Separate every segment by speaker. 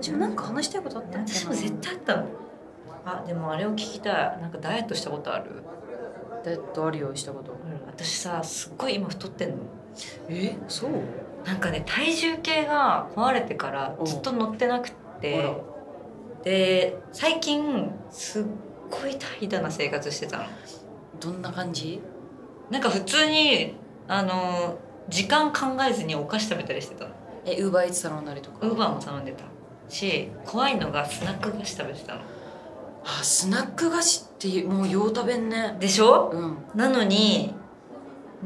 Speaker 1: 私もなんか話したいことあったん
Speaker 2: 私も絶対あったわあでもあれを聞きたいなんかダイエットしたことある、
Speaker 1: ダイエットあるようにしたこと
Speaker 2: うん、私さすっごい今太ってんの
Speaker 1: えそう
Speaker 2: なんかね体重計が壊れてからずっと乗ってなく
Speaker 1: あら
Speaker 2: てで最近すっごい怠惰な生活してたの
Speaker 1: どんな感じ
Speaker 2: なんか普通にあの時間考えずにお菓子食べたりしてたの
Speaker 1: えウーバーイーツ頼んだりとか
Speaker 2: ウーバーも頼んでたし怖いのがスナック菓子食べてたの
Speaker 1: あスナック菓子ってもうよう食べんね
Speaker 2: でしょ
Speaker 1: うん
Speaker 2: なのに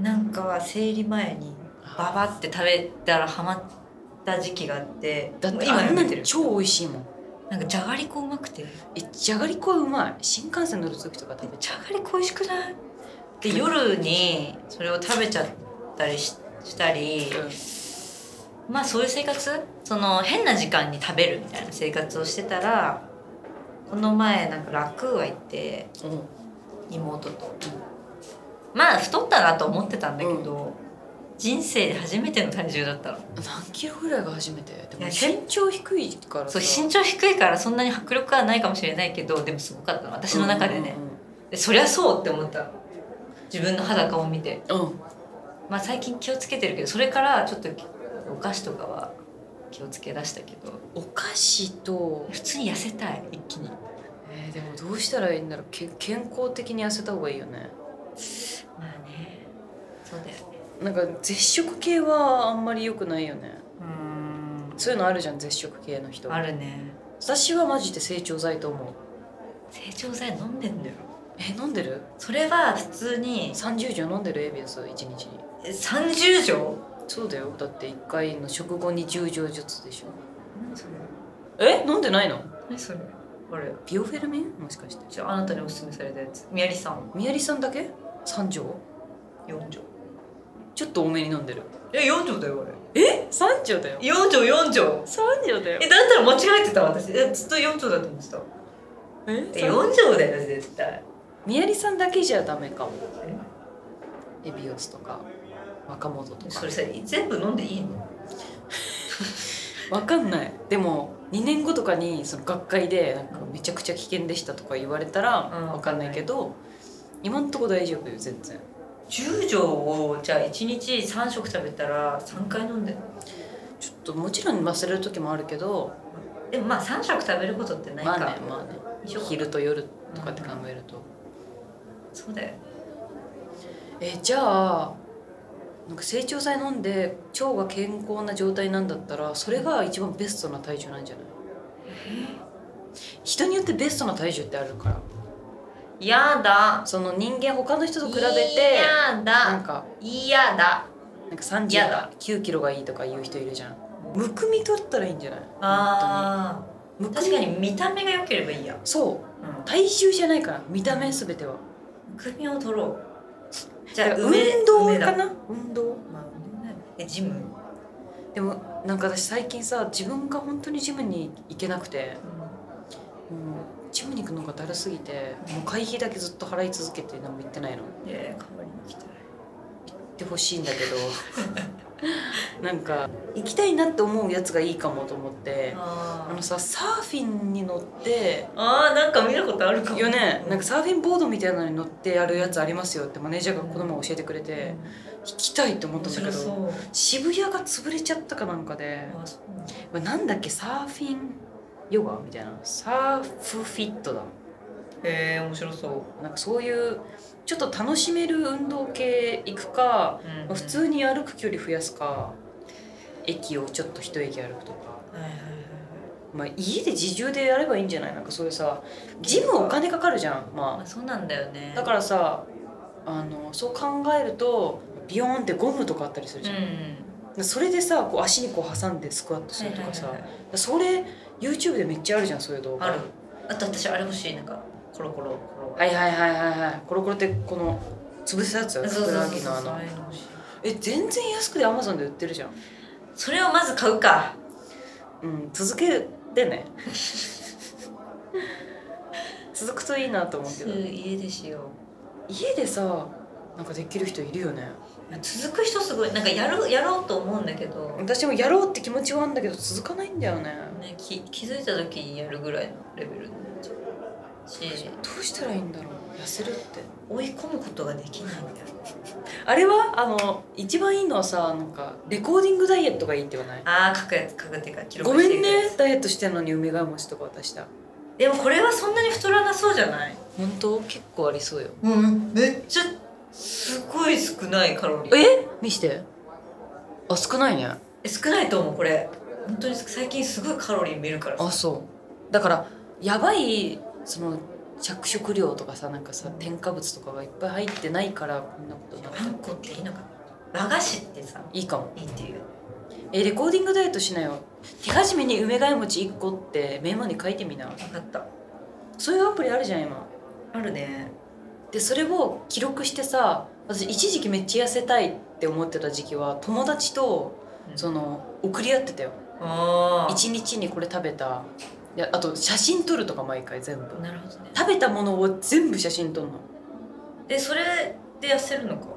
Speaker 2: なんか生理前にババって食べたらハマった時期があって
Speaker 1: だって
Speaker 2: もう
Speaker 1: あ
Speaker 2: や
Speaker 1: んな
Speaker 2: め
Speaker 1: に超美味しいもん
Speaker 2: なんかじゃがりこうまくて
Speaker 1: えじゃがりこはうまい新幹線乗る時とか食べち
Speaker 2: じゃがりこ美味しくないで夜にそれを食べちゃったりししたり
Speaker 1: ゃう、
Speaker 2: まあそういう生活その変な時間に食べるみたいな生活をしてたらこの前なんか楽は行って
Speaker 1: うん
Speaker 2: 妹とまあ太ったなと思ってたんだけど、人生で初めての体重だったの
Speaker 1: 何キロぐらいが初めてでも
Speaker 2: いや
Speaker 1: 身長低いから
Speaker 2: そう
Speaker 1: さ
Speaker 2: 身長低いからそんなに迫力はないかもしれないけどでもすごかったの私の中でね、でそりゃそうって思ったの自分の裸を見て
Speaker 1: うんうんうんうん
Speaker 2: まあ最近気をつけてるけどそれからちょっとお菓子とかは気をつけ出したけど
Speaker 1: お菓子と、
Speaker 2: 普通に痩せたい一気に
Speaker 1: えーでもどうしたらいいんだろうけ健康的に痩せた方がいいよね
Speaker 2: まあねそうだよね
Speaker 1: なんか絶食系はあんまり良くないよね
Speaker 2: うーん
Speaker 1: そういうのあるじゃん絶食系の人
Speaker 2: あるね
Speaker 1: 私はマジで成長剤と思う
Speaker 2: 成長剤飲んでんだよ
Speaker 1: え飲んでる
Speaker 2: それは普通に
Speaker 1: 30錠飲んでるエビアス1日に
Speaker 2: え30錠
Speaker 1: そうだよだって1回の食後に10錠ずつでしょえ飲んでないの
Speaker 2: 何それあれ
Speaker 1: ビオフェルミンもしかして
Speaker 2: じゃああなたにおすすめされたやつ宮城さん
Speaker 1: みやりさんだけ3錠
Speaker 2: 4錠
Speaker 1: ちょっと多めに飲んでる
Speaker 2: え4錠だよあ
Speaker 1: え3錠だよ
Speaker 2: れ4錠4錠
Speaker 1: 3錠だよ
Speaker 2: えだったら間違えてた私えずっと4錠だと思ってた
Speaker 1: え
Speaker 2: え4錠だよ絶対
Speaker 1: みやりさんだけじゃダメかもエビオスとか若元とか
Speaker 2: それさ全部飲んでいいの
Speaker 1: わかんないでも2年後とかにその学会でなんかめちゃくちゃ危険でしたとか言われたら
Speaker 2: うん
Speaker 1: わかんないけど、今んとこ大丈夫よ全然
Speaker 2: 10錠をじゃあ1日3食食べたら3回飲んでる
Speaker 1: ちょっともちろん忘れる時もあるけど
Speaker 2: でもまあ3食食べることってないか、
Speaker 1: まあねまあね
Speaker 2: 一緒か
Speaker 1: 昼と夜とかって考えると、
Speaker 2: そうだよ
Speaker 1: えじゃあなんか成長剤飲んで腸が健康な状態なんだったらそれが一番ベストな体重なんじゃない人によってベストな体重ってあるから
Speaker 2: やだ
Speaker 1: その人間他の人と比べて
Speaker 2: や
Speaker 1: なん
Speaker 2: だ
Speaker 1: か
Speaker 2: 嫌だ
Speaker 1: なんか
Speaker 2: やだ
Speaker 1: 39キロがいいとか言う人いるじゃんむくみ取ったらいいんじゃない
Speaker 2: あ
Speaker 1: 本当
Speaker 2: ー
Speaker 1: に
Speaker 2: 確かに
Speaker 1: むくみ
Speaker 2: 見た目が良ければいいや、
Speaker 1: そう
Speaker 2: う
Speaker 1: 体重じゃないから見た目すべては
Speaker 2: ん、首を取ろうじ
Speaker 1: だ
Speaker 2: ゃ
Speaker 1: か
Speaker 2: あ
Speaker 1: ら
Speaker 2: 梅
Speaker 1: 運動
Speaker 2: 梅だ
Speaker 1: かな運動
Speaker 2: まあ運動だよねえジム、
Speaker 1: でもなんか私最近さ自分が本当にジムに行けなくてもうジムに行くのがだるすぎてもう会費だけずっと払い続けて何も行ってないの行
Speaker 2: いやいや代わりに行きたい
Speaker 1: ってほしいんだけ どなんか行きたいなって思うやつがいいかもと思って
Speaker 2: あ
Speaker 1: あの
Speaker 2: ー
Speaker 1: さサーフィンに乗って
Speaker 2: あーなんか見たことあるかも
Speaker 1: よねなんかサーフィンボードみたいなのに乗ってやるやつありますよってマネージャーがこの前教えてくれて行きたいって思っ
Speaker 2: 面
Speaker 1: たんだけ
Speaker 2: 白そ
Speaker 1: ど
Speaker 2: う
Speaker 1: 渋谷が潰れちゃったかなんかで
Speaker 2: あそうなんだ
Speaker 1: これなんだっけサーフィンヨガみたいなサーフフィットだ
Speaker 2: へえ面白そう、
Speaker 1: なんかそういうちょっと楽しめる運動系行くか
Speaker 2: うん
Speaker 1: 普通に歩く距離増やすか駅をちょっと一駅歩くとか、
Speaker 2: はいはいはい
Speaker 1: まあ、家で自重でやればいいんじゃないなんかそういうさジムお金かかるじゃん
Speaker 2: ま
Speaker 1: ま
Speaker 2: あそうなんだよね
Speaker 1: あだからさあのそう考えるとビヨーンってゴムとかあったりするじゃん、
Speaker 2: うん
Speaker 1: それでさこう足にこう挟んでスクワットするとかさ、
Speaker 2: はいはいはい
Speaker 1: それ YouTube でめっちゃあるじゃんそういう動画
Speaker 2: あるあと私あれ欲しいなんかコロコロコロ
Speaker 1: はいはいはいはいはいコロコロってこの潰すやつよ
Speaker 2: そうそうそう
Speaker 1: 桜
Speaker 2: そう
Speaker 1: 木のあの
Speaker 2: ああいうの欲しい
Speaker 1: え全然安くで Amazon で売ってるじゃん
Speaker 2: それをまず買うか
Speaker 1: うん続けて ね続くといいなと思うけど
Speaker 2: 家でしよ
Speaker 1: 家でさなんかできる人いるよね
Speaker 2: う続く人すごいなんかやるやろうと思うんだけど、
Speaker 1: 私もやろうって気持ちはあるんだけど続かないんだよね
Speaker 2: ね、き気づいた時にやるぐらいのレベルになっちゃうし
Speaker 1: どうしたらいいんだろう痩せるって
Speaker 2: 追い込むことができないんだよ
Speaker 1: あれはあの一番いいのはさなんかレコーディングダイエットがいいって言わない
Speaker 2: ああ書くやつ書くっていうか記
Speaker 1: ご
Speaker 2: 録
Speaker 1: め
Speaker 2: してい
Speaker 1: ん
Speaker 2: く
Speaker 1: ね
Speaker 2: やつ
Speaker 1: ダイエットしてんのに梅ヶ餅とか渡した
Speaker 2: でもこれはそんなに太らなそうじゃない
Speaker 1: 本当結構ありそうよ
Speaker 2: うんめっちゃすごい少ないカロリー
Speaker 1: え見してあ少ないね
Speaker 2: え少ないと思うこれ本当に最近すごいカロリー見るから
Speaker 1: あそうだからやばいその着色料とかさなんかさ添加物とかがいっぱい入ってないからこんなことになっ
Speaker 2: あんこっていいのかな和菓子ってさ
Speaker 1: いいかも
Speaker 2: いいっていう
Speaker 1: えレコーディングダイエットしなよ手始めに梅ヶ餅1個ってメモに書いてみな
Speaker 2: 分かった
Speaker 1: そういうアプリあるじゃん今
Speaker 2: あるね
Speaker 1: でそれを記録してさ私一時期めっちゃ痩せたいって思ってた時期は友達と
Speaker 2: うん
Speaker 1: その送り合ってたよ
Speaker 2: ああ
Speaker 1: 一日にこれ食べたであと写真撮るとか毎回全部
Speaker 2: なるほどね
Speaker 1: 食べたものを全部写真撮るの
Speaker 2: でそれで痩せるのか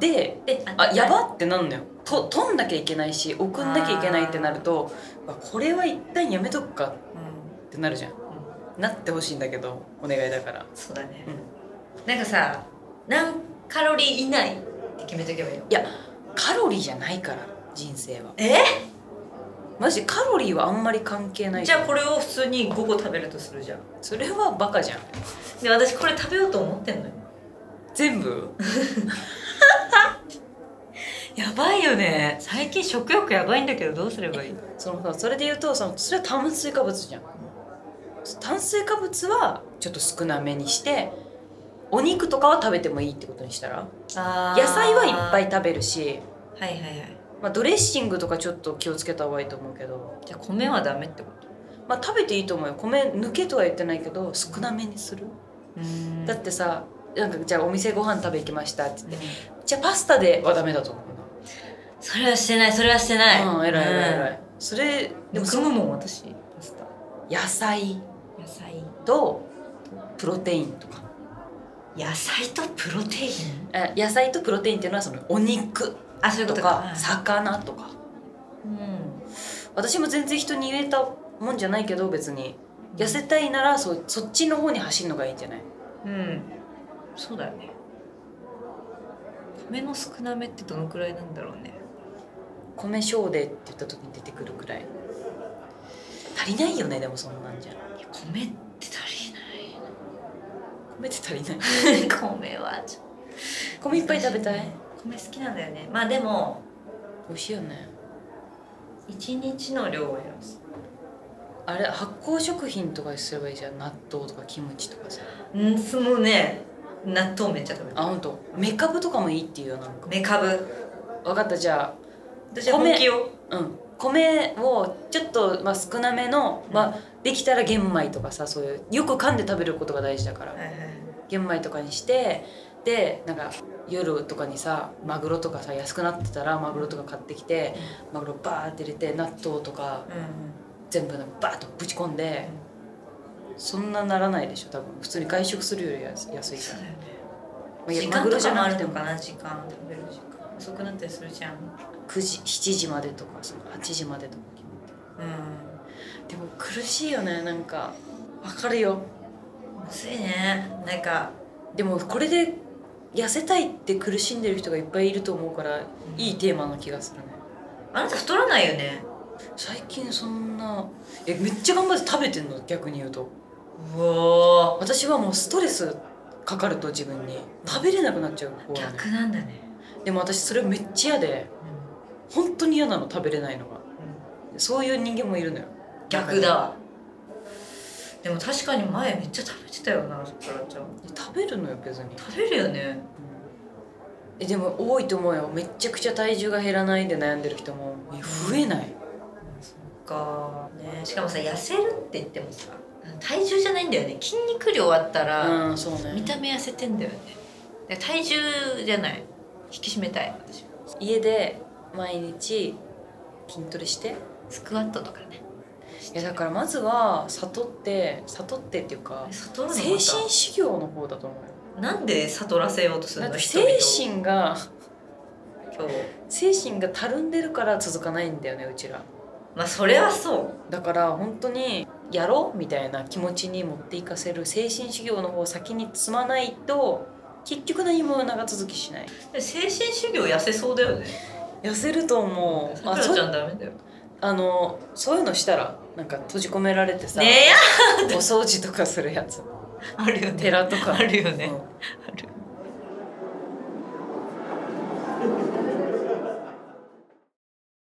Speaker 1: で
Speaker 2: で
Speaker 1: あやばってなんのよと撮んなきゃいけないし送んなきゃいけないってなるとうわこれは一旦やめとくか
Speaker 2: うん
Speaker 1: ってなるじゃんなってほしいんだけどお願いだから
Speaker 2: そうだね、
Speaker 1: う
Speaker 2: なんかさ何カロリー以内って決めとけばいいよ
Speaker 1: いやカロリーじゃないから人生は
Speaker 2: え
Speaker 1: マジカロリーはあんまり関係ない
Speaker 2: じゃあこれを普通に5個食べるとするじゃん
Speaker 1: それはバカじゃん
Speaker 2: で私これ食べようと思ってんのよ
Speaker 1: 全部
Speaker 2: やばいよね最近食欲やばいんだけどどうすればいい
Speaker 1: そのさそれで言うとそのそれは炭水化物じゃん炭水化物はちょっと少なめにしてお肉とかは食べてもいいってことにしたら
Speaker 2: あー
Speaker 1: 野菜はいっぱい食べるし、
Speaker 2: はいはいはい
Speaker 1: まあ、ドレッシングとかちょっと気をつけた方がいいと思うけど、
Speaker 2: じゃあ米はダメってこと
Speaker 1: まあ、食べていいと思うよ米抜けとは言ってないけど少なめにする、だってさなんかじゃあお店ご飯食べ行きましたって言って、じゃあパスタではダメだと思うな
Speaker 2: それはしてないそれはしてない
Speaker 1: うん、偉い偉い偉
Speaker 2: い
Speaker 1: い。それ、で
Speaker 2: で
Speaker 1: も
Speaker 2: も
Speaker 1: そ
Speaker 2: 組
Speaker 1: の
Speaker 2: むもん私パスタ
Speaker 1: 野菜
Speaker 2: 野菜
Speaker 1: とプロテインとか。
Speaker 2: 野菜とプロテイン
Speaker 1: え野菜とプロテインっていうのはそのお肉
Speaker 2: あそういう
Speaker 1: と
Speaker 2: こと
Speaker 1: か
Speaker 2: か
Speaker 1: 魚とか。
Speaker 2: うん
Speaker 1: 私も全然人に言えたもんじゃないけど別に痩せたいならそそっちの方に走るのがいいんじゃない
Speaker 2: うんそうだよね米の少なめってどのくらいなんだろうね
Speaker 1: 米小でって言った時に出てくるくらい足りないよねでもそんなんじゃ
Speaker 2: いや米って足りな
Speaker 1: 米って足りない
Speaker 2: い 米はちょっ
Speaker 1: 米いっぱい食べたい
Speaker 2: 米好きなんだよねまあでも
Speaker 1: 美味しいよね
Speaker 2: 一日の量を減らす
Speaker 1: あれ発酵食品とかにすればいいじゃん納豆とかキムチとかさ
Speaker 2: うんそのね納豆めっちゃ食べる
Speaker 1: あ本当メカブとかもいいっていうよなんか
Speaker 2: めかぶ
Speaker 1: 分かったじゃ
Speaker 2: 私は本気よ
Speaker 1: あうん米をちょっと、まあ、少なめの、まあ、できたら玄米とかさそういうよく噛んで食べることが大事だから
Speaker 2: はいはいはい
Speaker 1: 玄米とかにしてでなんか夜とかにさマグロとかさ安くなってたらマグロとか買ってきてマグロバーって入れて納豆とか
Speaker 2: うん
Speaker 1: 全部なんかバーっとぶち込んでそんなならないでしょ多分普通に外食するより安安い
Speaker 2: そう
Speaker 1: か
Speaker 2: だよね
Speaker 1: らいや
Speaker 2: 時
Speaker 1: マ
Speaker 2: 間
Speaker 1: グロ
Speaker 2: と
Speaker 1: じ
Speaker 2: か
Speaker 1: ゃ
Speaker 2: もあ
Speaker 1: なく
Speaker 2: る
Speaker 1: て
Speaker 2: の
Speaker 1: も
Speaker 2: かな時間食べる時間遅くなったりするじゃん
Speaker 1: 9時7時までとかさ8時までとか決めて。
Speaker 2: うん
Speaker 1: でも苦しいよねなんかわかるよ
Speaker 2: むずいねなんか
Speaker 1: でもこれで痩せたいって苦しんでる人がいっぱいいると思うからいいテーマな気がするね
Speaker 2: あなた太らないよね
Speaker 1: 最近そんなえめっちゃ頑張って食べてんの逆に言うと
Speaker 2: うわ
Speaker 1: 私はもうストレスかかると自分に食べれなくなっちゃう方なの
Speaker 2: 逆なんだね、
Speaker 1: でも私それめっちゃ嫌で本当に嫌なの食べれないのがそういう人間もいるのよ
Speaker 2: 逆だわでも確かに前めっちゃ食べてたよなそこからちゃん
Speaker 1: 食べるのよ別に
Speaker 2: 食べるよね
Speaker 1: えでも多いと思うよめっちゃくちゃ体重が減らないで悩んでる人もえ増えない
Speaker 2: そっかねしかもさ痩せるって言ってもさ体重じゃないんだよね筋肉量あったら、
Speaker 1: うんそうね
Speaker 2: 見た目痩せてんだよねだから体重じゃない引き締めたい私は
Speaker 1: 家で毎日筋トレして
Speaker 2: スクワットとかね
Speaker 1: いやだからまずは悟って悟ってっていうか
Speaker 2: 悟るの
Speaker 1: 精
Speaker 2: ま
Speaker 1: 神修行の方だと思うよ
Speaker 2: たなんで悟らせようとする
Speaker 1: だっ
Speaker 2: の
Speaker 1: て
Speaker 2: 人々を
Speaker 1: 精神が
Speaker 2: 今日
Speaker 1: 精神がたるんでるから続かないんだよねうちら
Speaker 2: まあそれはそう
Speaker 1: だから本当にやろうみたいな気持ちに持っていかせる精神修行の方を先に積まないと結局何も長続きしない
Speaker 2: で精神修行痩せそうだよね
Speaker 1: 痩せると思う
Speaker 2: さ
Speaker 1: あ
Speaker 2: くらち
Speaker 1: そ
Speaker 2: ゃん
Speaker 1: う
Speaker 2: ダメだよ
Speaker 1: あのそういうのしたらなんか閉じ込められてさ、
Speaker 2: ねえ
Speaker 1: お掃除とかするやつ
Speaker 2: あるよね
Speaker 1: 寺とか
Speaker 2: あるよね
Speaker 1: うん
Speaker 2: ある